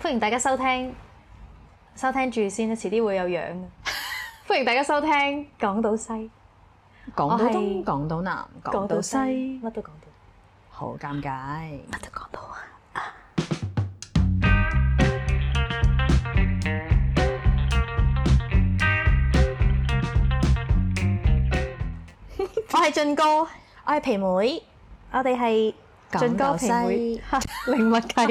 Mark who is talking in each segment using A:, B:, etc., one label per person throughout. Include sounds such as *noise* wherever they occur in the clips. A: 歡迎大家收聽，收聽住先啦，遲啲會有樣嘅。歡迎大家收聽港島西，
B: 講到東，
A: 係
B: 講到南，講到西，
A: 乜都講到，
B: 好尷尬。
A: 乜都講到啊！ *laughs* 我係俊高，我係皮妹，我哋係俊高
B: 港島
A: 皮
B: 西
A: 妹， *laughs* 零默契，我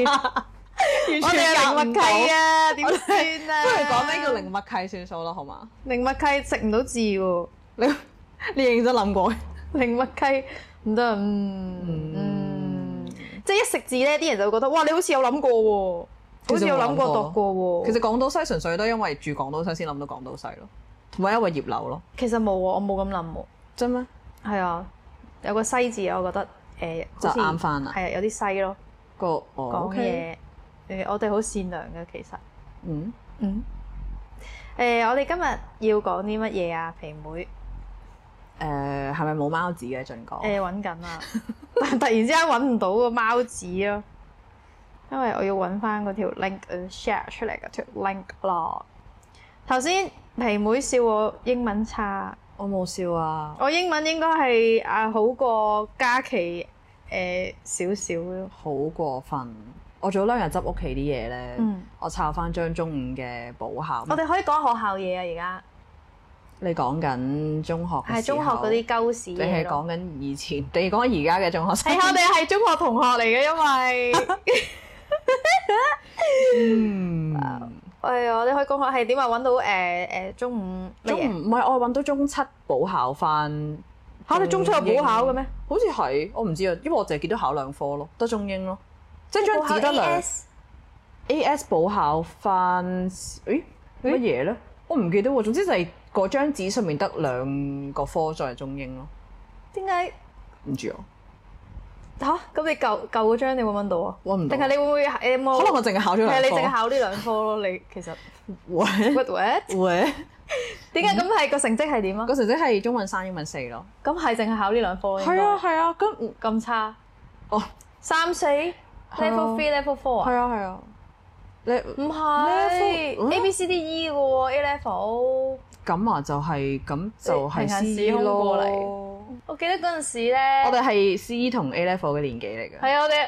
A: 哋係零默契啊！點算啊？
B: 不如講咩叫零默契算數啦，好嘛？
A: 零默契食唔到字喎， *laughs*
B: 你你認真諗過？
A: 零默契唔得，嗯嗯，即係一食字咧，啲人就會覺得哇，你好似有諗過喎，好似有諗過度過喎。
B: 其實港島西純粹都因為住港島西先諗到港島西咯，同埋因為葉劉咯，
A: 其實冇喎，我冇咁諗喎。
B: 真咩？
A: 係啊，有個西字，我覺得誒好似
B: 就啱返啦
A: 係啊，有啲西咯，
B: 個哦
A: 講
B: OK，
A: 嘢誒，我哋好善良嘅其實。
B: 嗯，
A: 嗯。誒，我哋今日要講啲乜嘢啊？皮妹
B: 誒係咪冇貓子嘅俊哥？
A: 誒揾緊啊，但突然之間揾唔到個貓紙啊，因為我要揾翻嗰條 link 呃 share 出嚟嗰條 link 咯。頭先皮妹笑我英文差，
B: 我冇笑啊，
A: 我英文應該係啊好過嘉琪誒少少咯。
B: 好過分！我早兩日執屋企啲嘢咧
A: 嗯，
B: 我抄翻張中午嘅補考。
A: 我哋可以講學校嘢啊，
B: 你講緊中學
A: 而家
B: 嘅
A: 係中學嗰啲鳩屎
B: 你係
A: 嘢咯。
B: 講緊以前，你講而家嘅中學生
A: 係啊，我哋係中學同學嚟嘅，因為
B: 嗯，
A: 誒哎我哋可以講下係點啊揾到誒誒中五乜
B: 中
A: 嘢
B: 唔係我揾到中七補考翻，
A: 嚇？你中七有補考嘅咩？
B: 好似係我唔知啊，因為我淨係見到考兩科咯，得中英咯，即係張紙得兩
A: AS
B: AS 補考翻，咦乜嘢咧？我唔記得喎，總之就係嗰張紙上面得兩個科再係中英咯，
A: 點解
B: 唔知啊，
A: 吓？咁你舊舊嗰張你會揾到啊？
B: 揾唔到
A: 定係你會唔會你有冇？
B: 可能我淨哦係考咗兩
A: 係
B: 科。
A: 你淨係考呢兩科咯。你其實
B: 喂
A: what what？
B: 喂，
A: 點解咁係個成績係點啊？
B: 個成績係中文三、英文四咯。
A: 咁係淨係考呢兩科咯應該
B: 係啊，係啊，咁嗯
A: 咁差
B: 哦，
A: 三四 level three level four
B: 係
A: 啊？
B: 啊係啊，你
A: 唔係
B: level-
A: A B C D E 嘅喎 A level。
B: 咁啊就係咁就係啊
A: 平行
B: C E
A: 時空
B: 咯。
A: 過嚟
B: 我
A: 我記得嗰陣時咧，
B: 哋係 C E 同 A level 嘅年紀嚟嘅。
A: 係啊，我哋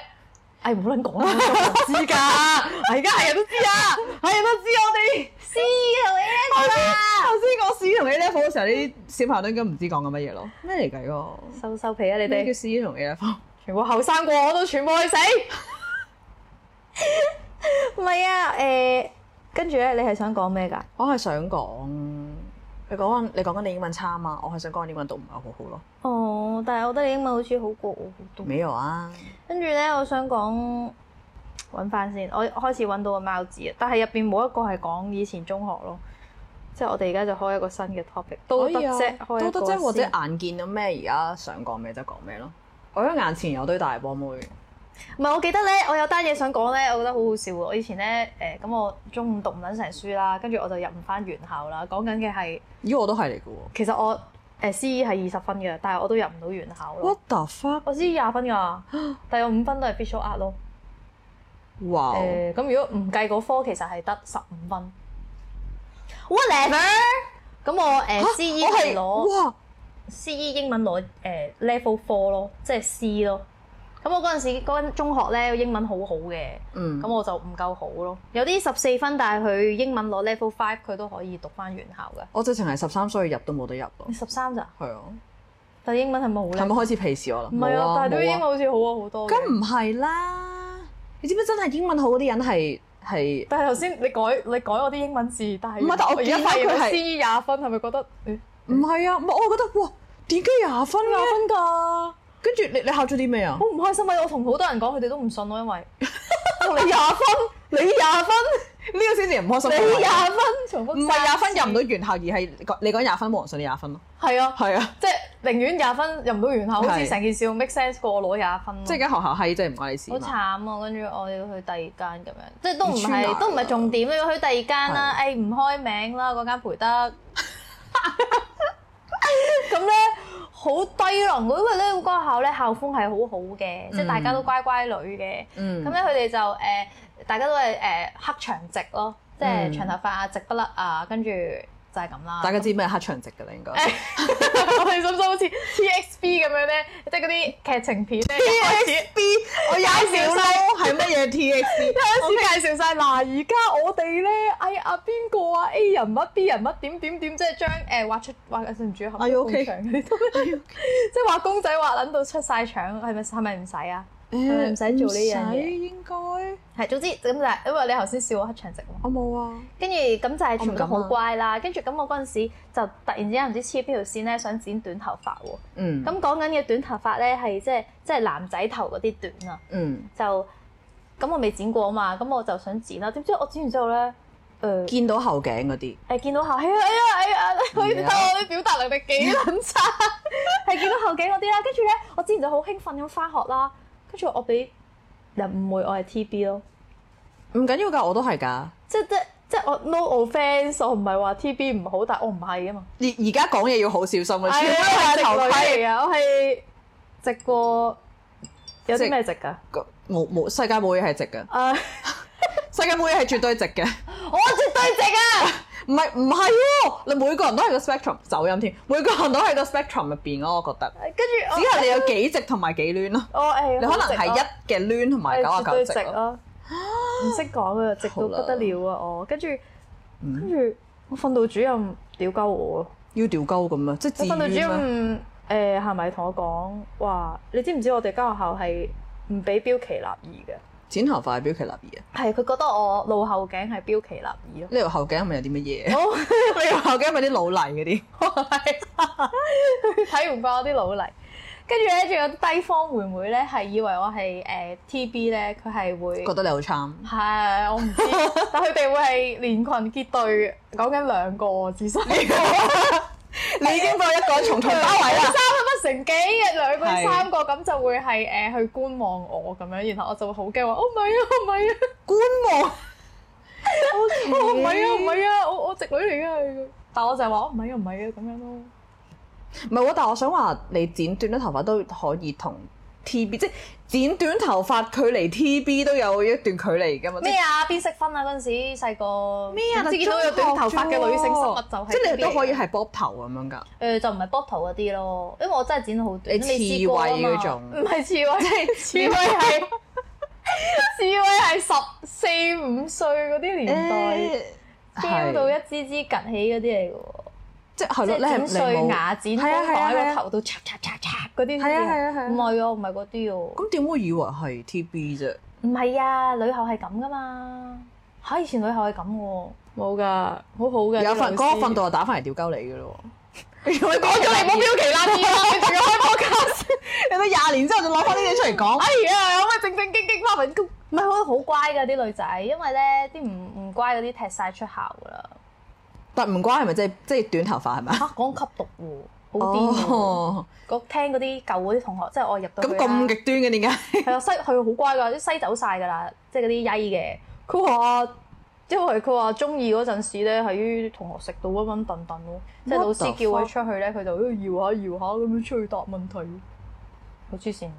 A: 唉唔好亂講啦，我唔知 *laughs* 㗎，我而家係人都知啊，係人都知我哋 C 同 A level 啦。
B: 頭先講 C E 同 A level 嘅時候，啲小朋友都應該唔知講緊乜嘢咯。咩嚟㗎個？
A: 收收皮啊！你
B: 咩叫
A: 哋
B: C E 同 A level？
A: 全部後生過我都全部去 *laughs* 死。唔係啊，誒、跟住咧，你係想講咩㗎？
B: 我係想講，你講緊你講緊你英文差啊嘛，我係想講你英文讀唔係好好咯。
A: 哦，但係我覺得你英文好似好過我好多。
B: 沒有啊，
A: 跟住咧，我想講揾翻先，我開始揾到個貓字啊，但係入邊冇一個係講以前中學咯。即係我哋而家就開一個新嘅 topic，都哎得
B: 可以
A: 啫，
B: 啊
A: 開
B: 都
A: 一
B: 得
A: 個
B: 啫，或者
A: 先
B: 眼見到咩而家想講咩就講咩咯。我而家眼前有堆大波妹。
A: 唔係，我記得咧，我有單嘢想講咧，我覺得好好笑喎。我以前咧，誒、咁我中午讀唔撚成書啦，跟住我就入唔翻原校啦。講緊嘅係，
B: 咦，我都係嚟嘅喎。
A: 其實我誒、C.E 係二十分嘅，但係我都入唔到原校咯。
B: What the fuck？
A: 我 C.E 廿分㗎，但有五分都係 visual art 咯。
B: 哇！哦
A: 誒、咁如果唔計嗰科，其實係得十五分。Whatever。咁我誒、
B: 嚇
A: C.E
B: 我
A: 係攞
B: 哇
A: C.E 英文攞誒、level four 咯，即係 C E 咯。咁我嗰陣時嗰間中學咧，英文好好嘅。
B: 嗯
A: 咁我就唔夠好咯。有啲十四分，但係佢英文攞 level five，佢都可以讀翻原校嘅。
B: 我直情係十三歲入都冇得入咯
A: 你，十三咋？
B: 係啊，
A: 但係英文係咪好
B: 係
A: 叻？
B: 咪開始鄙視我啦？
A: 唔係
B: 冇
A: 啊，但係對英文
B: 冇啊
A: 好似好啊好多嘅。
B: 梗唔係啦！你知唔知真係英文好嗰啲人係係
A: 但係頭先你改你改我啲英文字，但係
B: 唔係但我
A: 而家
B: 見
A: 發現
B: 到佢
A: 佢
B: 係
A: C 廿分，係咪覺得誒
B: 唔係啊？唔係我覺得哇，點解廿分啊？
A: 嗯分㗎？
B: 跟住你你考咗啲咩啊
A: 好？唔開心啊！我同好多人講，佢哋都唔信咯，因為我話你 *laughs* 廿分，你廿分，
B: 呢個先至唔開心嘅
A: 你
B: 位
A: 廿分，重複
B: 唔係廿分入唔到原校，而係你講廿分冇人信你廿分咯。
A: 到，係啊，
B: 係啊，
A: 即係寧願廿分入唔到原校，好似
B: 係
A: 成件事 make sense 過我攞廿分咯。
B: 即係間學校閪，真係唔關你事
A: 好
B: 嘛。
A: 慘啊！跟住我要去第二間咁樣，即係都唔
B: 你啊
A: 係
B: 穿牙
A: 都唔係重點，要去第二間啦。誒唔開名啦，嗰間培
B: *laughs*
A: 德。咁咧好低能喎，因為咧嗰個校咧校風係好好嘅，即係大家都乖乖女嘅。咁
B: 嗯
A: 咧佢哋就誒呃大家都係誒、呃黑長直咯，即
B: 嗯
A: 係長頭髮啊、直不甩啊，跟住就係咁啦。
B: 大家知咩黑長直㗎啦，應該。
A: *laughs* 我哋使唔使好似 TXB 咁樣咧？即係嗰啲劇情片咧，一開始
B: B，我有
A: 少
B: *laughs*
A: 咯
B: 係乜嘢 TXB？
A: 一開始介紹晒嗱，而家我哋咧，哎呀邊個啊 A 人物 B 人物點點點，即係將誒畫出畫對唔住合
B: 哎呀，OK
A: 長嗰啲都， *laughs* 即係畫公仔畫撚到出晒腸，係咪係咪唔使啊？咪唔使做呢樣嘢
B: 唔使應該
A: 係，總之咁就係因為你頭先笑我黑長直嘛，
B: 我冇啊。
A: 跟住咁就係全部都
B: 我唔敢
A: 好
B: 啊
A: 乖啦。跟住咁我嗰陣時就突然之間唔知黐邊條線咧，想剪短頭髮喎。
B: 嗯，
A: 咁講緊嘅短頭髮咧係即係即係男仔頭嗰啲短啊，
B: 嗯，
A: 就咁我未剪過啊嘛，咁我就想剪啦。點知我剪完之後咧，呃誒、
B: 見到後頸嗰啲，
A: 誒見到後，哎呀哎呀哎呀，你睇我啲表達能力幾撚 *laughs* 差，係見到後頸嗰啲啦。跟住咧，我之前就好興奮咁翻學啦，跟住我俾人誤會我係 TB 咯，
B: 唔緊要㗎，我都係㗎。而
A: 即即即我 oh, no oh offence，我唔係話 TB 唔好，但我唔係啊嘛。
B: 而家講嘢要好小心啊，
A: 係
B: 全部都
A: 啊，
B: 係頭
A: 頭盔
B: 盔。
A: 嚟啊，我係直過有
B: 直
A: 啲咩直㗎？
B: 冇冇世界冇嘢係直嘅，
A: 誒，
B: 世界冇嘢係絕對直嘅。 *laughs*
A: 我絕對直
B: à?
A: 啊！
B: 唔係唔係喎，你每個人都係個 spectrum 走音添，每個人都係個 spectrum 入邊咯，我覺得。
A: 跟住我
B: 只係你有幾直同埋幾攣
A: *laughs*
B: 咯，
A: 我誒，
B: 你可能係一嘅攣同埋九啊
A: 哎係絕對
B: 九直
A: 直
B: 咯。啊
A: 咯，唔識講啊，直到不得了啊！我跟住
B: 嗯
A: 跟住我訓導主任屌鳩我咯，
B: 要調鳩咁啊，即係
A: 我
B: 自
A: 訓導主
B: 願啊。
A: 任誒係咪同我講話？你知唔知我哋間學校係唔俾標旗立義嘅？
B: 剪頭髮係標奇立異啊！
A: 係佢覺得我露後頸係標旗立義咯。
B: 呢條後頸係咪有啲乜嘢？
A: 我
B: 呢條後頸係咪啲老泥嗰啲？
A: *laughs* 睇唔慣我啲老泥。跟住咧，仲有低方妹妹咧，係以為我係呃誒 TB 咧，佢係會
B: 覺得你好慘。
A: 係，我唔知，但佢哋會係連群結隊，講緊兩個至
B: *laughs*
A: 少， *laughs* 三
B: *laughs* 你已經俾我一個人重重包圍
A: 啊
B: 啦。
A: 個不成幾嘅兩個
B: 係
A: 三個咁就會係誒、呃去觀望我咁樣，然後我就會好驚話：我唔係啊，我唔係啊，
B: 觀望。
A: 我
B: *laughs* 我
A: 唔係啊，我唔係啊，我我直女嚟㗎。但我就係話我唔係啊，唔係啊咁樣咯。
B: 唔係喎，但係我想話你剪短咗頭髮都可以同 TB，即係剪短頭髮距離 TB 都有一段距離㗎嘛。
A: 咩啊？邊識分啊？嗰陣時細個
B: 咩啊？
A: 總之見到有短頭髮嘅女性生物就係
B: 即係你都可以
A: 誒、
B: 係剝頭咁樣㗎，
A: 就唔係 b o t t l 嗰啲咯，因為我真係剪到好短，
B: 你
A: 未試過啊嘛
B: 刺蝟嗰種
A: 唔係刺蝟，
B: 即
A: 刺蝟係刺蝟係十四五歲嗰啲年代
B: 係
A: 飆到一支支趌起嗰啲嚟嘅喎，
B: 即係係
A: 即係
B: 咯，你係
A: 剪
B: 你
A: 碎
B: 冇
A: 牙剪
B: 係啊
A: 風擺
B: 係啊係
A: 喺
B: 啊
A: 個頭度嚓嚓嚓嚓嗰啲先
B: 係啊係啊係啊
A: 唔係啊，唔係嗰啲喎，
B: 咁點會以為係 TB 啫？
A: 唔係啊，女校係咁噶嘛，嚇以前女校係咁喎，冇㗎，好好嘅
B: 有份歌瞓到就打翻嚟吊鳩你嘅咯喎。 *laughs* 你講
A: 講咗
B: *laughs*
A: 你冇標旗啦，你仲要開波
B: 你都廿年之後就攞翻呢啲出嚟講。
A: 哎呀，可唔可以正正經經翻份工？唔係，好好乖㗎啲女仔，因為咧啲唔唔乖嗰啲踢晒出校㗎啦。
B: 但唔關係咪即係即係短頭髮係咪？
A: 嚇講吸毒喎，好癲喎！
B: 哦，
A: 我聽嗰啲舊嗰啲同學，即係我入到去
B: 咁
A: 啦
B: 咁極端嘅點解？ *laughs*
A: 係啊，西佢好乖㗎，啲西走晒㗎啦，即係嗰啲曳嘅。佢話因為佢話中意嗰陣時咧，喺同學食到温温頓頓咯，即係老
B: What
A: 師
B: the
A: 叫佢
B: fuck？
A: 出去咧，佢就喺度搖下搖下咁樣出去答問題，好黐線嘅，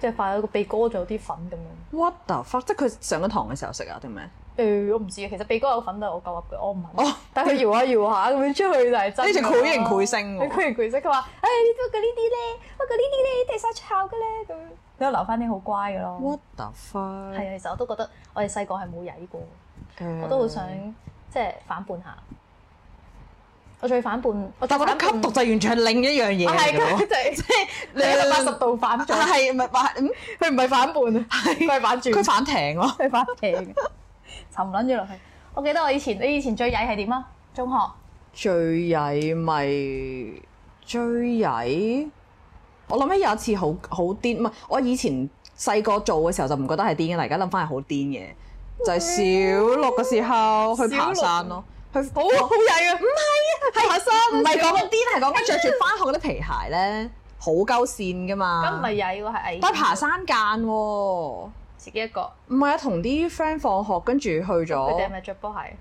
A: 即係塊個鼻哥仲有啲粉咁樣。
B: What the fuck！即係佢上咗堂嘅時候食啊定咩？
A: 誒、我唔知啊，其實鼻哥有粉都係我夠噏嘅，我唔係。
B: 哦
A: 但係佢搖下搖下咁樣出去就係真㗎啦。
B: 呢隻繪形繪聲喎
A: 佢繪形繪聲，佢話：誒、不過呢啲咧，不過呢啲咧，踢晒抄嘅咧，咁樣。你留翻啲好乖嘅咯。
B: What the
A: 係啊，
B: fuck！
A: 其實我都覺得我哋細個係冇曳過，
B: 誒
A: 我都好想即係反叛下。我最反叛，我
B: 但係我覺得吸毒就完全係另一樣嘢
A: 我係
B: 嚟嘅
A: 佢
B: 喎。
A: 就
B: *laughs*
A: 係 *laughs* 即係
B: 你
A: 你八十度反咗
B: 但，係唔係話嗯
A: 佢唔係反叛啊，佢係反轉
B: 佢。反艇咯。
A: 佢發病，沉撚咗落去。我記得我以前，你以前最曳係點啊？中學
B: 最曳咪最曳，我諗起有一次好好癲，唔係我以前細個做嘅時候就唔覺得係癲嘅，但而家諗翻係好癲嘅，就係、小六嘅時候去爬山咯，去好
A: 好曳啊！
B: 爬山，唔係講緊癲，係講緊着住翻學嗰啲皮鞋咧，好鳩線噶嘛，
A: 咁唔係曳喎，係危險
B: 但係爬山間喎、唔
A: 自己一個，
B: 係啊，同啲 friend 放學跟住去
A: 佢哋係
B: 咗，
A: 咪着波鞋？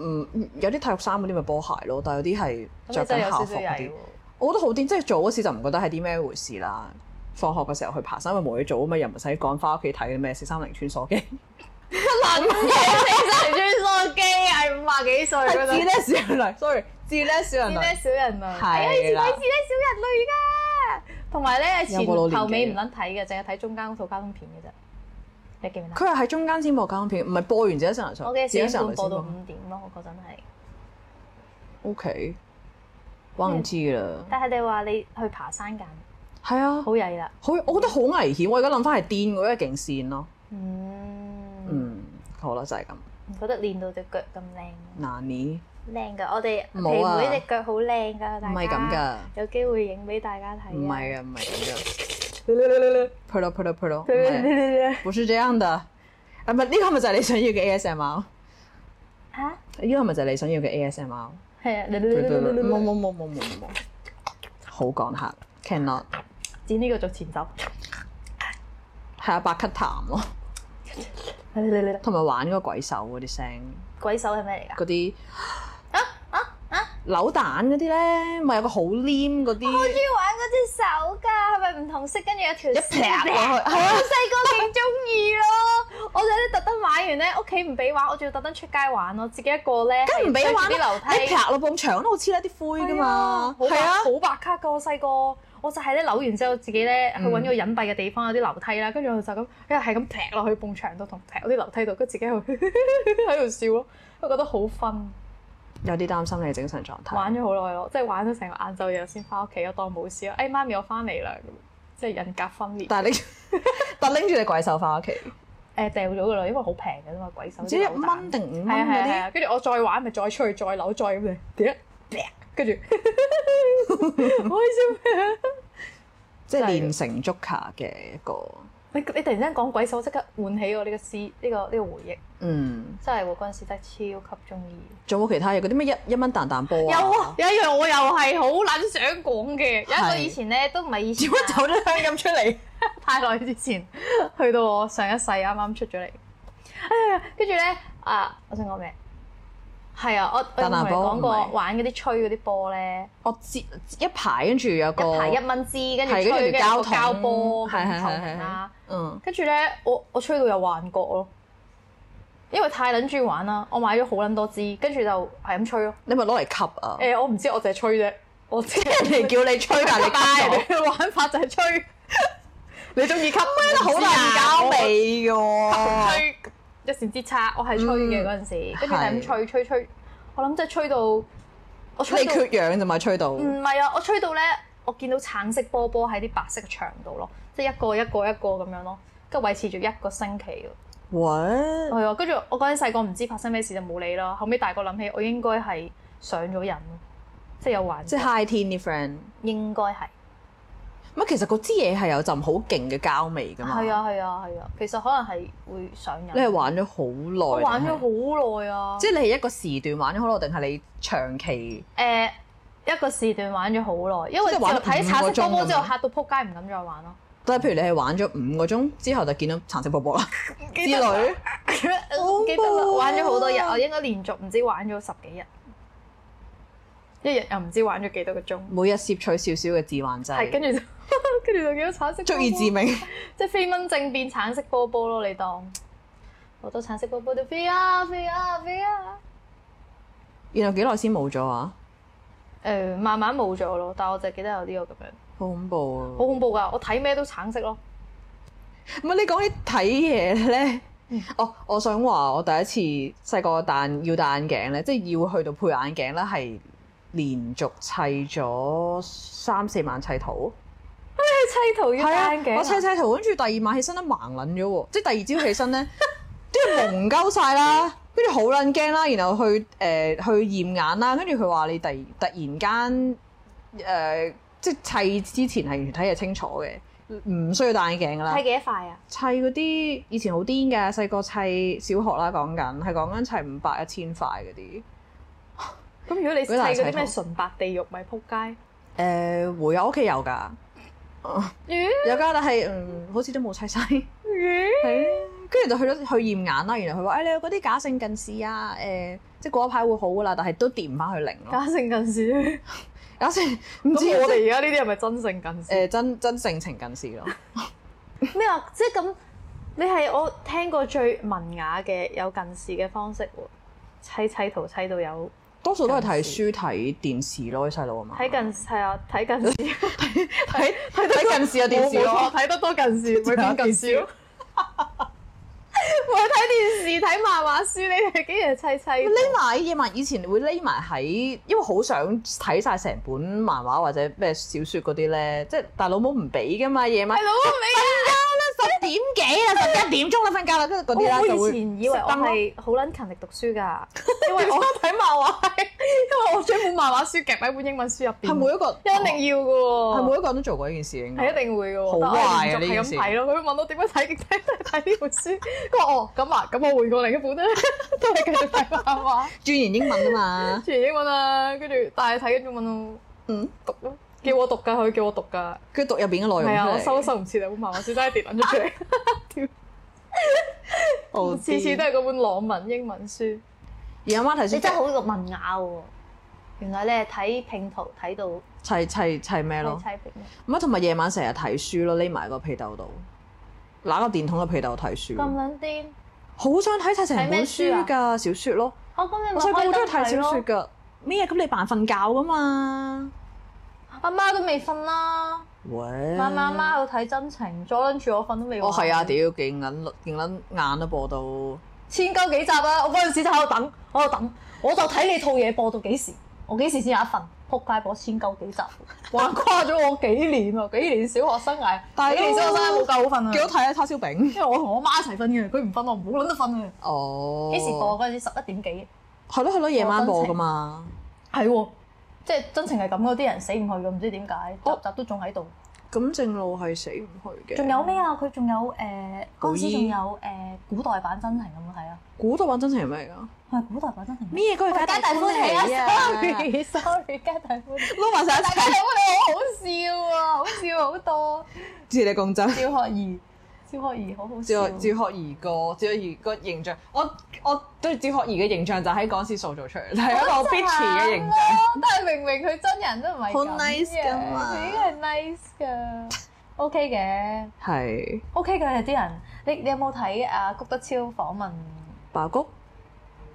B: 嗯，有啲體育衫嗰啲咪波鞋咯，但係有啲係
A: 咁
B: 哦着
A: 你真係
B: 緊
A: 有
B: 校
A: 少
B: 服
A: 少
B: 嗰
A: 曳
B: 啲
A: 喎。。
B: 我覺得好癲，即係做嗰時就唔覺得係啲咩回事啦。放學嘅時候去爬山，因為冇嘢做啊嘛，又唔使趕翻屋企睇咩四三零穿梭機。
A: *laughs* 四十穿梭機 *laughs* 係五廿幾歲嗰
B: 自
A: 陣，
B: 叻小人類，sorry，自叻小
A: 自
B: 人
A: 叻
B: 類。
A: 小人類，
B: 係
A: 係
B: 啦
A: 啊，以前睇自叻小人類㗎。同埋咧，前
B: 有個老年紀
A: 後尾唔撚睇嘅，淨係睇中間嗰套交通片嘅啫。你記唔記得？
B: 佢係喺中間先播交通片，唔係播完自己小人
A: 我嘅四
B: 類，自己
A: 點
B: 小人
A: 半
B: 類
A: 播
B: 先
A: 到
B: 播。
A: 五點咯，我嗰陣係。
B: O K，我唔知啦。
A: 但係你話你去爬山揀，
B: 係啊，
A: 好曳啦。
B: 好，我覺得好危險。我而家諗翻係癲嗰一勁線咯。
A: 嗯，
B: 嗯，好啦，就係咁。
A: 唔覺得練到隻腳咁靚，
B: 嗱你
A: 靚㗎。我哋皮
B: 冇啊
A: 妹隻腳好靚㗎，大家
B: 唔係咁㗎，
A: 有機會影俾大家睇啊。*laughs*
B: 唔係啊，唔係咁㗎。配咯配咯配咯，唔係，
A: 嚇
B: 不是這樣的。啊，唔係呢個係咪就係你想要嘅 ASMR？呢個係咪就係你想要嘅 ASMR？
A: 係啊，
B: 冇冇冇冇冇冇冇，好講客 cannot
A: 剪呢個做
B: *laughs*
A: 前手，
B: 係啊，白咳痰咯，同埋玩嗰個鬼手嗰啲聲，
A: 鬼手係咩嚟㗎？
B: 嗰啲扭蛋嗰啲咧，咪有個好黏嗰啲，
A: 我中意玩嗰隻手㗎，係咪唔同色？跟住有條
B: 一劈落去，係啊
A: 我，細個勁中意咯，我就咧特登買完咧，屋企唔俾玩，我仲要特登出街玩咯，自己一個咧，
B: 梗唔俾玩
A: 係上住啲樓
B: 啦，你
A: 梯
B: 劈落埲牆都好黐得啲灰噶嘛，
A: 係
B: 係
A: 啊
B: 啊，
A: 好白好白卡噶，我細個。我就係咧扭完之後，自己咧去揾個隱蔽嘅地方，有啲樓梯啦，跟住我就咁，因為係咁劈落去埲牆度，同劈嗰啲樓梯度，跟住自己喺度 *laughs* 喺度笑咯，我覺得好 fun，
B: 有啲擔心你嘅精神狀態。
A: 玩咗好耐咯，即係玩咗成個晏晝，然後先翻屋企，我當冇事咯。哎，媽咪，我翻嚟啦，咁即係人格分裂，誒
B: 但係你但拎住你鬼手翻屋企，
A: 掉咗噶啦，因為好平嘅啫嘛，鬼手
B: 唔
A: 啲
B: 知一
A: 扭蛋
B: 蚊定五蚊
A: 係啊係啊係
B: 嗰
A: 啊，跟住我再玩咪再出去再扭再咁樣，點一劈跟
B: *laughs*
A: 住好開心啊！
B: 啲，即係
A: 真係
B: 練成足卡嘅一個，
A: 你你突然間講鬼手，即刻喚起我呢個思呢、個呢、個回憶，
B: 嗯，
A: 真係喎！嗰陣時真係超級中意。
B: 仲有冇其他嘢？嗰啲咩一一蚊彈彈波啊？
A: 有一樣我又係好撚想講嘅，有一個
B: 係
A: 以前咧都唔係以前啊
B: 點解走咗香咁出嚟？
A: 太耐之前，去到我上一世啱啱出咗嚟。哎呀，跟住咧啊，我想講咩？係啊，我我
B: 彈
A: 同
B: 彈
A: 你
B: 波
A: 講過
B: 唔係
A: 玩嗰啲吹嗰啲波咧，
B: 我接一排，跟住有個
A: 一排一蚊支，跟住
B: 係
A: 吹
B: 跟
A: 跟
B: 住
A: 住
B: 交
A: 個
B: 筒
A: 膠波
B: 係係
A: 咁透
B: 係
A: 明啦
B: 係。，嗯，
A: 跟住咧，我我吹到有幻覺咯，因為太撚中意玩啦，我買咗好撚多支，跟住就係咁吹咯。
B: 你咪攞嚟吸啊
A: 誒、！我唔知，我淨係吹啫，
B: *laughs*
A: 我即係
B: 人哋叫你吹，但係
A: *laughs*
B: *laughs* 你
A: 但
B: 吸
A: 係人哋玩法就係吹，
B: 你中意吸啊咩
A: 好難搞
B: 味嘅喎。
A: 吹一線之差，我係吹嘅嗰陣時，跟住係咁
B: 哦嗯係
A: 吹吹吹，我諗真係吹到我吹
B: 你
A: 到
B: 缺氧咋嘛？吹到
A: 唔係啊，我吹到咧，我見到橙色波波喺啲白色嘅牆度咯，即係一個一個一個咁樣咯，跟住維持住一個星期喎
B: 喂，
A: 係啊，跟住我嗰陣細個唔知發生咩事就冇理啦。後尾大個諗起，我應該係上咗癮咯，即係有幻
B: 即
A: 覺
B: 係 high tea 啲 friend。
A: 應該係。
B: 乜其實嗰支嘢係有陣好勁嘅膠味㗎嘛？
A: 係，啊係啊係啊，其實可能係會上癮。
B: 你係玩咗好
A: 我
B: 耐，
A: 玩咗
B: 定係，
A: 好耐啊！
B: 即係你係一個時段玩咗好耐，定係你長期？
A: 誒呃一個時段玩咗好耐，因為就
B: 即係玩咗
A: 睇橙色波波之
B: 五個鐘咁
A: 後
B: 樣
A: 嚇到撲街，唔敢再玩咯。
B: 但係譬如你係玩咗五個鐘之後就見到橙色波
A: *laughs*
B: 波啦，之
A: 記得啦
B: 類。
A: 記得啦，
B: 啊
A: 玩咗好多日，我應該連續唔知玩咗十幾日，一日又唔知玩咗幾多個鐘。
B: 每日攝取少少嘅致幻
A: 係
B: 劑，
A: 跟住哦就 *laughs* 跟住就見到橙色波波。
B: 足以致命。 *laughs*
A: 即係飛蚊症變橙色波波咯，你當好多橙色波波都飛啊飛啊飛啊！
B: 然後幾耐先冇咗啊？
A: 誒、慢慢冇咗咯，但係我就記得有呢個咁樣，
B: 好恐怖啊！
A: 好恐怖㗎！我睇咩都橙色咯，
B: 唔係你講起睇嘢咧，哦，我想話我第一次細個戴要戴眼鏡咧，即係要去到配眼鏡咧，係連續砌咗三四晚砌圖，
A: 砌圖要戴眼鏡啊，
B: 我砌砌圖，跟住第二晚起身咧盲撚咗喎，即係第二朝起身咧， *laughs* 即係蒙鳩晒啦，跟住好撚驚啦，然後去誒、呃去驗眼啦，跟住佢話你突突然間誒、呃即係砌之前係完全睇嘢清楚嘅，唔需要戴眼鏡㗎啦
A: 砌。幾多塊啊？
B: 砌嗰啲以前好癲嘅，細個砌小學啦，講緊係講緊砌五百一千塊嗰啲。誒、
A: 咁如果你砌
B: 嗰啲
A: 嗰啲
B: 係砌
A: 咩
B: 圖
A: 純白地獄咪撲街？
B: 會啊，屋企有㗎，有㗎，但係嗯好似都冇砌晒。係啊跟住就去咗去驗眼啦。原來佢話：誒、哎你有嗰啲假性近視啊，誒、即係嗰一排會好噶啦，但係都掂唔翻去零咯。
C: 假性近視，
B: 假性唔知
C: 咁我
B: 啊我哋
C: 哋而家呢啲係咪真性近視？
B: 誒真真性情近視咯。
C: 咩啊？即係咁，你係我聽過最文雅嘅有近視嘅方式喎，砌砌圖砌到有
B: 多數都係睇書睇電視咯，啲細路啊嘛。
C: 睇近係啊，睇近視，
B: *laughs* 睇睇近視啊電視
C: 冇
B: 咯
C: 錯，睇得多近
B: *laughs*
C: 視，咪變近視咯。 *laughs* 我睇電視睇漫畫書，你哋竟然係砌砌圖。
B: 匿埋夜晚以前會匿埋喺，因為好想睇晒成本漫畫或者咩小説嗰啲咧，即係大老母唔俾噶嘛，夜晚
C: 係老味
B: 十點幾啦，十一點鐘啦，瞓覺啦，跟住嗰啲
C: 啊！
B: 啦
C: 我
B: 就
C: 以
B: 會
C: 前以為我
B: 熄燈咯
C: 係好撚勤力讀書 *laughs* 㗎，因為我睇漫畫係，因為我將本漫畫書夾喺本英文書入邊，
B: 係每一個哦
C: 一定要嘅喎，
B: 係每一個人都做過呢件事應
C: 係一
B: 該。
C: 定會嘅喎，
B: 好
C: 但我
B: 壞啊
C: 連續係咁
B: 呢件
C: 睇咯，佢問我點樣睇極睇都係睇呢本書，佢話哦咁啊，咁我換過另一本啦， *laughs* 都係繼續睇漫畫，
B: 轉完英文啊嘛，
C: 全英文啦，跟住但係睇跟住問我
B: 嗯，
C: 讀咯，叫我讀㗎，佢叫我讀㗎，
B: 佢讀入邊嘅內容
C: 係啊，我收
B: 出
C: 都
B: 嚟，
C: 收唔切啊，本漫畫書真係跌撚咗出嚟，
B: 我
C: 次次都係嗰本朗文英文書，
B: 而阿媽睇
A: 你真係
B: 書
A: 好個文雅喎。原來你係睇拼圖睇到
B: 砌砌砌咩咯
A: 砌？拼
B: 唔係同埋夜晚成日睇書咯，匿埋個被竇度，揦個電筒個被竇睇書
A: 咁，撚癲。
B: 好想睇晒成
A: 睇咩
B: 本
A: 書啊
B: 書㗎小説咯。
A: 我哦咁你咪
B: 我細個好
A: 開
B: 中意
A: 燈
B: 睇小
A: 咯。
B: 説㗎。咩啊？咁你扮瞓覺㗎嘛？
A: 阿媽都未瞓啦，
B: 喂，
A: 晚晚媽喺度睇真情，阻撚住我瞓都未。
B: 哦係啊，屌勁撚勁撚眼都播到。
A: 千鳩幾集啊！我嗰陣時就喺度等，我喺度等，我就睇你套嘢播到幾時，我幾時先有一份？撲街播千鳩幾 *laughs* 集，橫跨咗我幾年啊！幾年小學生涯，
B: 但係
A: 幾年小學生涯冇夠好瞓啊！
B: 幾好睇啊！叉燒餅。
A: 因為我同我媽一齊瞓嘅，佢唔瞓我唔好撚得瞓啊！
B: 哦。
A: 幾時播？啊嗰陣時十一點幾？
B: 係咯係咯，夜晚播㗎嘛。
A: 係喎，即係真情係咁嗰啲人死唔去嘅，唔知點解集
B: 哦
A: 集都仲喺度。
B: 咁正路係死唔去嘅。
A: 仲有咩啊？佢仲有誒嗰陣時仲有誒古代版真情有冇睇啊？
B: 古代版真情係咩㗎？
A: 係古代版真情。
B: 咩嗰個皆
A: 皆
B: 大歡喜 *laughs* 啊！
A: ！sorry，sorry，皆大歡
B: *laughs*
A: 喜。
B: 撈埋晒一
A: 大家
B: 齊，
A: 睇好好笑啊，好笑好多。
B: 似你共振。
A: 趙學而，趙學而好好
B: 趙
A: 笑。
B: 趙學而個趙學而個形象，我我對趙學而嘅形象就喺嗰陣時塑造出嚟，係啊一個好 bitchy 嘅形象。
A: 咯，啊但係明明佢真人都唔係咁
B: 好 nice 㗎嘛
A: 佢應該係 nice 噶，OK 嘅
B: 係
A: ，OK 嘅有啲人，你你有冇睇啊谷德超訪問？
B: 爆谷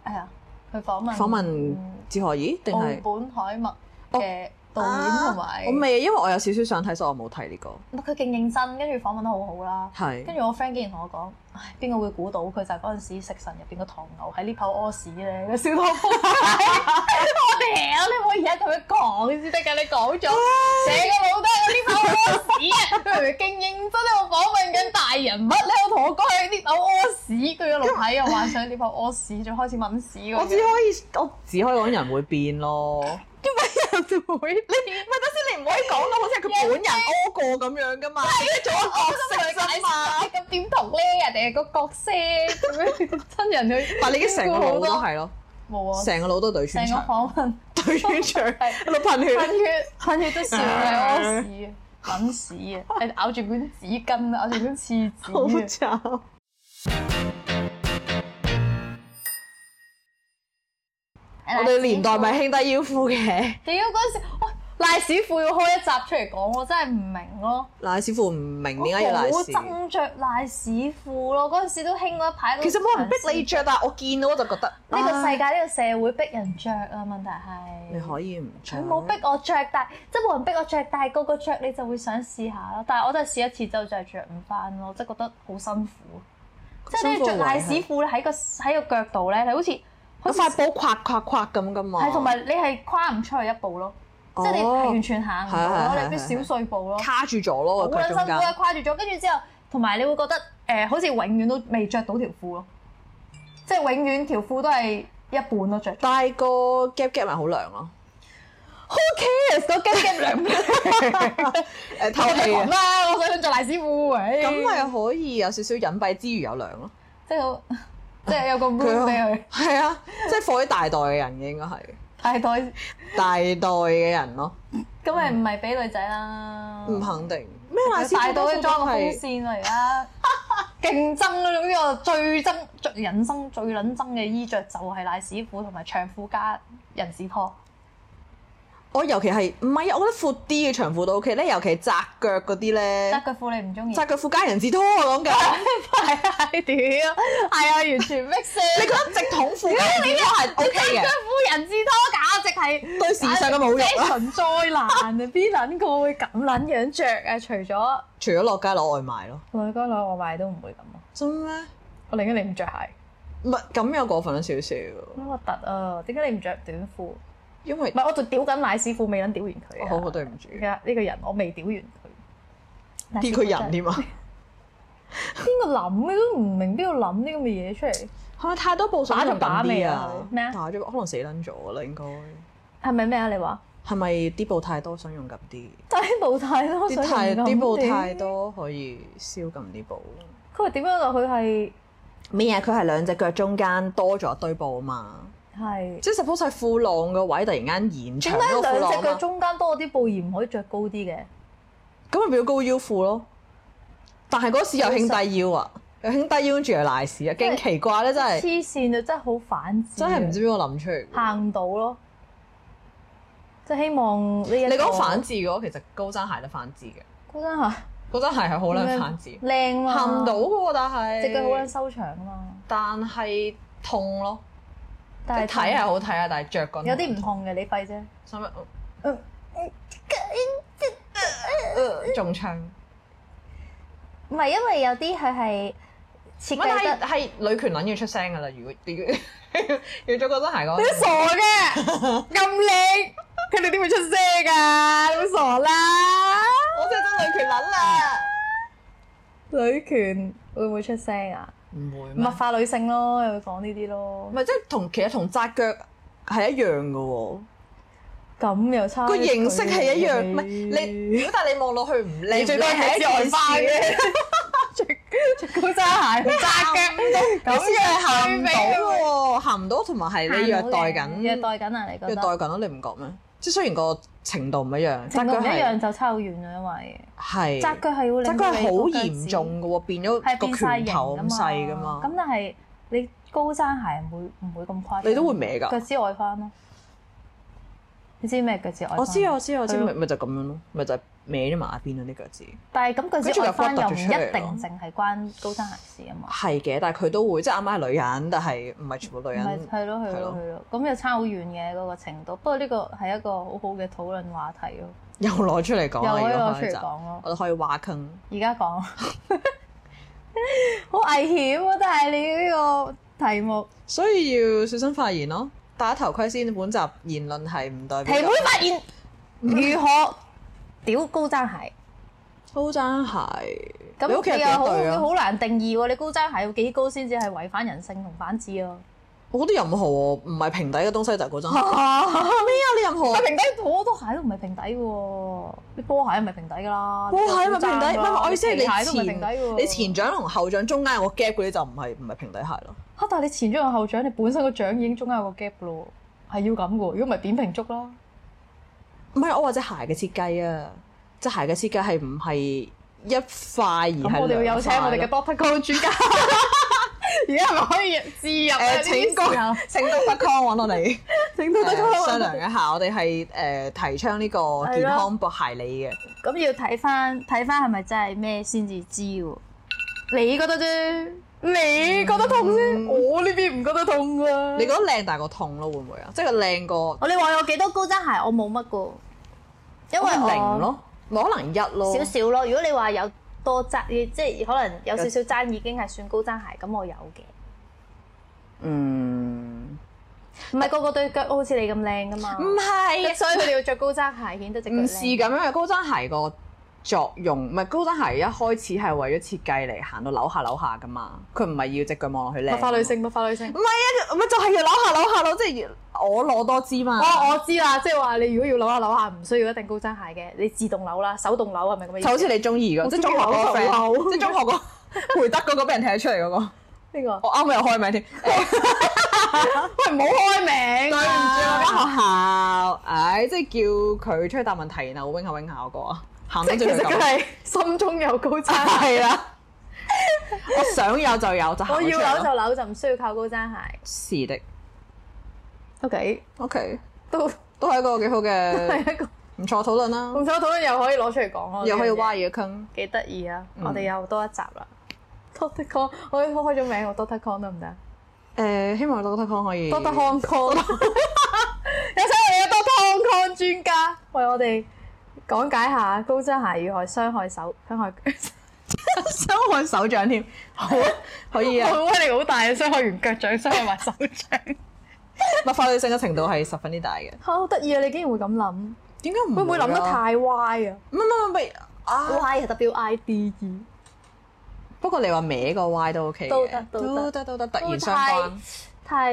A: 係啊，佢訪問
B: 訪問
A: 嗯
B: 趙學而定
A: 澳
B: 係
A: 本海默嘅導演
B: 啊
A: 同埋，
B: 我未，因為我有少少想睇，所以我冇睇呢個。
A: 佢勁認真，跟住訪問得好好啦。跟
B: 係
A: 住我 friend 竟然同我講，唉，邊個會估到佢就係嗰陣時食神入邊個唐牛喺呢口屙屎咧， *laughs* 佢笑到我仆街我屌你唔好而家咁樣講先得㗎，你講咗成個腦都係呢口屙屎啊！佢明明勁認真喺度訪問緊大人物，你喺度同我講佢呢口屙屎，佢一路睇又幻想呢口屙屎，仲開始抿屎 *laughs*
B: 我
A: 嗰
B: 只可以我只可以講人會變咯。
A: 啲人
B: *laughs*
A: 會
B: 唔係，等先，你唔可以講到好似係佢本人屙過咁樣噶嘛？做咗角色啫嘛。
A: 啊咁點同咧？人哋係個角色咁樣 *laughs* 真人去，
B: 但係你已經成個腦都係咯，
A: 冇啊！
B: 成個腦都對穿
A: 成個
B: 牆，
A: 訪問。
B: 對
A: *laughs*
B: 穿牆喺度噴
A: 噴
B: 血。
A: 血，噴血
B: *laughs*
A: 都笑到屙屎啊，抿屎啊，係咬住管紙巾啊，咬住管廁紙啊。
B: 慘！我哋年代咪興低腰褲嘅，
A: 屌嗰陣時，喂賴屎褲要開一集出嚟講，我真係唔明咯。
B: *laughs* 賴屎褲唔明
A: 我
B: 點解要賴
A: 好
B: 屎。
A: 憎着賴屎褲咯，嗰陣時都興過一排。
B: 其實冇人逼你着，但啊係我見到我就覺得
A: 呢個世
B: 唉
A: 界呢個社會逼人着啊，問題係
B: 你可以唔着。
A: 佢冇逼我着，但即係冇人逼我着，但係個個着你就會想試下咯。但係我真係試一次之後就係着唔翻咯，即係覺得好辛苦。即係你着賴屎褲咧，喺個喺個腳度咧，你好似好
B: 有
A: 似
B: 塊布刮刮刮咁噶嘛？
A: 係同埋你係跨唔出去一步咯，即係你係完全行唔到
B: 哦係係
A: 咯，
B: 係
A: 你啲小碎步咯，
B: 卡住咗
A: 好
B: 咯，個
A: 撚
B: 腳
A: 辛
B: 中
A: 苦啊！
B: 間。
A: 跨住咗，跟住之後同埋你會覺得誒好似永遠都未着到條褲咯，即係永遠條褲都係一半咯着。
B: 但係個 gap gap 咪好涼
A: *laughs*
B: 咯，
A: Who cares 個雞雞 *laughs* 兩
B: 誒透
A: 我
B: 氣
A: 哋
B: 啊
A: 講，啦，我想着賴屎褲，喂
B: 咁咪啊可以有少少隱蔽之餘有涼咯。
A: 即係好即係有個 room 俾佢
B: *laughs* 係啊，即係放喺大袋嘅人嘅應該係
A: 大袋，
B: 大袋嘅人咯，
A: 咁咪唔係俾女仔啦，
B: 嗯唔肯定咩賴
A: 佢嗯
B: 屎
A: 大
B: 褲
A: 袋
B: 多數
A: 裝
B: 都
A: 個風
B: 係
A: *laughs* 扇啊而家。勁憎啦！總之我最憎最人生最撚憎嘅衣着就係賴屎褲同埋長褲加人字拖。
B: 我尤其係唔係啊？我覺得闊啲嘅長褲都 OK 咧，尤其係窄腳嗰啲
A: 窄
B: 咧，
A: 腳褲你唔中意？
B: 窄腳褲加人字拖我
A: *laughs*
B: 講緊。
A: 係啊，係啊，係啊，完全
B: *laughs*
A: make
B: 你
A: sense
B: 覺得直筒褲加人字拖係 OK
A: 窄腳
B: 嘅？
A: 褲人字拖簡直係
B: 對時尚嘅侮
A: *laughs*
B: 辱啊！
A: fashion 災難啊！ *laughs* 邊撚個會咁撚樣着啊？除咗
B: 除咗落街攞外賣咯，
A: 女哥女我買都唔會咁啊！
B: 真咩？
A: 我寧願你唔着鞋，
B: 唔係咁又過分咗少少，
A: 好核突啊！點解你唔着短褲？唔
B: 因為
A: 係，我仲屌緊奶屎褲，未撚屌完佢啊！
B: 好好對唔住，
A: 而家呢個人我未屌完佢，
B: 啲佢人添啊，
A: 邊個諗嘅都唔明，邊個諗啲咁嘅嘢出嚟？
B: 係咪太多報水
A: 打咗
B: 用緊
A: 靶未
B: 啲
A: 啊佢咩啊
B: 打咗可能死撚咗啦，應該
A: 係咪咩啊？你話
B: 係咪啲報太多想用緊啲？
A: 但係啲布太多
B: 啲
A: 想
B: 太
A: 用
B: 啲報
A: 咁
B: 太
A: 短，
B: 多可以燒緊啲報。
A: 佢話點樣落去係
B: 咩啊？佢係兩隻腳中間多咗一堆布啊嘛，
A: 係
B: 即係 suppose 係褲浪個位突然間延長
A: 點
B: 嗰
A: 解
B: 個褲
A: 兩隻
B: 浪
A: 腳
B: 啊嘛，
A: 中間多啲布而唔可以着高啲嘅？
B: 咁咪變咗高腰褲咯。但係嗰時又興低腰啊，又興低腰跟住又賴屎啊，勁奇怪咧真係。
A: 黐線啊！真係好反智啊，
B: 真係唔知邊個諗出嚟嘅。
A: 行唔到咯，即係希望呢一
B: 你講反
A: 智
B: 字嘅話，其實高踭鞋都反字嘅，
A: 高踭鞋
B: 高踭鞋係好撚反字，
A: 靚嘛，
B: 行唔到嘅喎，但係
A: 隻腳好撚收長啊嘛，
B: 但係痛咯，即
A: 但
B: 係
A: 係
B: 睇係好睇啊，但係着嗰
A: 有啲唔痛嘅，你肺啫。
B: 使乜？
A: Ừ,
B: 呃中槍，唔
A: 唔係因為有啲佢係設
B: 係
A: 計
B: 但係
A: 得
B: 係女權撚要出聲㗎啦！如果如果 *laughs* 要着高踭鞋
D: 你
B: 講，
D: 傻嘅，咁靚，佢哋點會出聲㗎？你傻啦！
B: 我真係真女權撚啊啦，
A: 女權會唔會出聲啊？
B: 唔會
A: 物
B: 咩？
A: 化女性咯，又會講呢啲咯
B: 唔。係即係同其實同扎腳係一樣嘅喎。
A: 咁又差
B: 個形式係一樣，唔係
A: 啊你
B: 你，如果但係你望落去唔靚，
D: 你最多
B: 唔靚
D: 係知外花
B: 一件事，
D: 嘅，
A: 高踭鞋
D: 扎嘅，
B: 咁
D: 咁
B: 樣
D: 樣
B: 行唔
D: 行
B: 到喎，行唔到，同埋係你虐待緊，
A: 虐
B: 虐
A: 待緊啊！你覺
B: 待
A: 得
B: 緊咯，你唔覺咩？即係雖然個程度唔一樣，
A: 程度
B: 紮
A: 唔
B: 腳
A: 一
B: 係
A: 樣就差好遠啦，因為
B: 係
A: 扎腳係會
B: 紮
A: 令
B: 腳
A: 到
B: 係
A: 你
B: 好
A: 嗰腳趾
B: 嚴重嘅喎，變咗
A: 係變
B: 個
A: 晒
B: 拳
A: 型
B: 頭咁細
A: 㗎
B: 噶嘛，
A: 咁但係你高踭鞋唔會唔會咁誇張，
B: 你都會歪㗎
A: 腳趾外翻咯。你知咩腳趾外翻？
B: 我知啊我知我知，
A: 係咯
B: 咪咪就咁樣咯，咪就係歪咗埋一邊嗰啲腳趾。
A: 但係咁腳趾外翻又唔一定
B: 跟住就
A: 淨係關高踭鞋事啊嘛。
B: 係嘅，但係佢都會，即係阿媽係女人，但係唔係全部女
A: 唔係
B: 人。
A: 係咯係咯
B: 係咯
A: 係咯，咁又差好遠嘅嗰個程度。不過呢個係一個好好嘅討論話題咯，
B: 又攞出嚟講
A: 又
B: 啦，
A: 可以
B: 如果
A: 攞出
B: 開
A: 嚟
B: 集
A: 講，咯。
B: 我哋可以挖坑。
A: 而家講 *laughs* 好危險啊！但係你呢個題目，
B: 所以要小心發言咯，戴頭盔先。本集言論係唔代表
A: 皮妹發現如何屌高踭鞋。
B: 高踭鞋。
A: 咁
B: 你屋企有
A: 你
B: 幾
A: 又好
B: 多對啊？
A: 好難定義喎！你高踭鞋要幾高先至係違反人性同反智
B: 哦
A: 啊？
B: 我覺得任何唔係平底嘅東西就係高
A: *laughs*
B: 踭鞋。咩啊？你任何
A: 但平底好多鞋都唔係平底嘅喎，啲波鞋都唔係平底㗎啦，
B: 波鞋咪
A: 高踭
B: 平底，
A: 㗎
B: 唔係我意思係
A: 皮鞋都唔係
B: 啊你
A: 平底
B: 前
A: 喎。
B: 你前掌同後掌中間有個 gap 嗰啲就唔係唔係平底鞋咯。
A: 嚇，但係你前掌同後掌，你本身個掌已經中間有個 gap 㗎咯，係要咁嘅喎。如果唔係扁平足啦，
B: 唔係我話隻鞋嘅設計啊，隻鞋嘅設計係唔係一塊而係
A: 咁我哋會
B: 兩
A: 有請
B: 塊
A: 我哋
B: *laughs*
A: 嘅
B: 咯
A: Doctor Go 專家。而家係咪可以自入啊？
B: 誒
A: 呢啲
B: 請講
A: 時候
B: 請到德康揾我哋。
A: 請到
B: 誒
A: Doctor Go
B: 商量一下，我哋係誒提倡呢個健康博鞋理嘅。
A: 咁要睇翻睇翻係咪真係咩先至知喎？你覺得啫，嗯你覺得痛啫，我呢邊唔覺得痛啊！
B: 你覺得靚大過痛咯，會唔會啊？即係靚過
A: 我你話我有幾多高踭鞋？我冇乜噶，因為我
B: 零咯，冇可能一咯
A: 少。少咯。如果你話有多踭，即係可能有少少踭已經係算高踭鞋，咁我有嘅。
B: 嗯，
A: 唔係個個對腳好似你咁靚噶嘛
B: 唔，
D: 嗯
B: 係，
A: 所以佢哋要着高踭鞋顯得隻腳
B: 唔是
A: 靚。
B: 咁樣嘅。高踭鞋個作用，唔係高踭鞋一開始係為咗設計嚟行到扭下扭下噶嘛，佢唔係要隻腳望落去靚。
D: 物化女，性，物化女性
B: 唔。係啊，咪就係要扭下扭下咯，即係我攞多支嘛。
D: 哦，我知啦，即係話你如果要扭下扭下，唔需要一定高踭鞋嘅，你自動扭啦，手動扭係咪咁嘅意
B: 就好
D: 思？
B: 似你中意咁，即係中學嗰個 friend，即係中學個培德嗰個俾人踢出嚟嗰個，
D: 呢個
B: 我啱咪又開名添。
D: 喂，唔好開名
B: 對唔住我
D: 啊！
B: 間學校，唉，即係叫佢出去答問題，然後 wing 下 wing 下嗰個啊，行
D: 即
B: 到
D: 係
B: 最
D: 其實佢
A: *laughs*
B: 咁，
D: 係心中有高踭鞋。
B: 係啦， *laughs* 我想有就有，就行
E: 我
B: 咗出
E: 要
B: 嚟
E: 扭
B: 咯
E: 就扭，就唔需要靠高踭鞋。
B: 是的
A: OK，
B: ，OK，
A: 都
B: 都係一個幾好嘅
A: 係一個
B: 唔錯討論啦，
A: 唔錯討論，又可以攞出嚟講咯，
B: *laughs* 又可以
A: 呢樣嘢
B: 挖嘢坑。
A: 幾得意啊！
B: 嗯
A: 我哋又多一集啦。Doctor Con，我開開咗名，我 Doctor Con 得唔得
B: 誒，希望 Doctor Kong 可以
A: ？Doctor Hong Kong，有請我哋嘅 Doctor Hong Kong 專家為我哋講解下高踭鞋如何傷害手、傷害腳。
B: 收我手掌添，好啊可以啊，
A: 我威力好大啊！傷害完腳掌，傷害埋手掌。
B: 物化女性嘅程度係十分之大嘅。
A: 好得意啊！你竟然會咁諗，
B: 點解唔
A: 會唔會諗得
B: 啊？
A: 太歪啊
B: 唔唔唔唔啊！
A: ？Y 係 W I D E，
B: 不過你話歪個 Y 都 OK 嘅
A: 都得都得
B: 都得都得，突然
A: 都
B: 相
A: 太
B: 關，
A: 太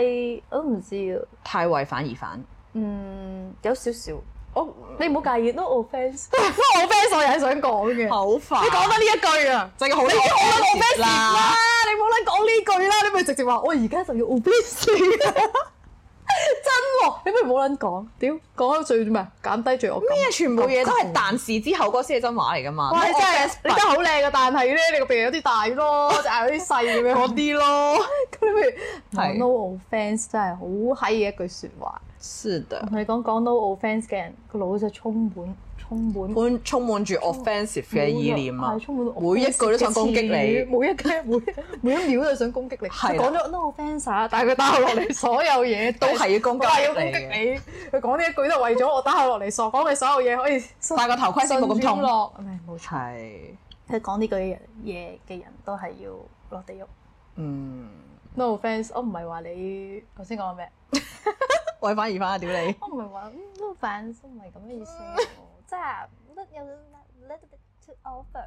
A: 我都唔知啊。
B: 太為反而反。
A: 嗯，有少少。
B: 我
A: 你唔好介意，no *laughs* offence。我 offence 我又係想講嘅。
B: 好煩，
A: 你講得呢一句啊！
B: 就係好你
A: 你好啦
B: 我
A: offence 啦
B: 啦，，
A: 你冇撚講呢句啦，你咪直接話我而家就要 *laughs* offence 真喎，你咪冇撚講，屌講到最咩？減低罪惡感。
B: 咩全部嘢都係但是之後嗰先係真話嚟噶嘛？
A: 哇！
B: *laughs*
A: 你真係
B: 我
A: 你真係好靚嘅，但係咧你個鼻有啲大咯，隻眼有啲細咁樣。
B: 嗰啲咯。
A: 咁你咪
B: 係
A: no offence 真係好閪嘅一句説話。
B: 是的
A: 我，同你講講 no offence 嘅人個腦就充滿充滿
B: 滿充滿住 offensive 嘅意念啊
A: 係，充滿到
B: 每一句都想攻擊
A: offensive
B: 你
A: 嘅詞語每一句 *laughs* 每每一秒都想攻擊你。佢
B: 係啦
A: 講咗 no offence 啊，但係佢打落嚟所有嘢
B: 都係要攻
A: 都係
B: 擊
A: 要攻
B: 你
A: 擊
B: 嘅。
A: 你。佢講呢一句都係為咗我打下落嚟傻，講你所有嘢可以
B: 戴個頭盔先冇咁
A: 順轉
B: 痛。
A: 落。係冇錯，
B: 係，
A: 佢講呢句嘢嘅人都係要落地獄。
B: 嗯，
A: No offence，我唔係話你頭先講咩，
B: 為反而反啊！屌你，
A: 我唔係話嗯 *laughs* no offence，唔係咁嘅意思，即係 not 有 little bit to offer。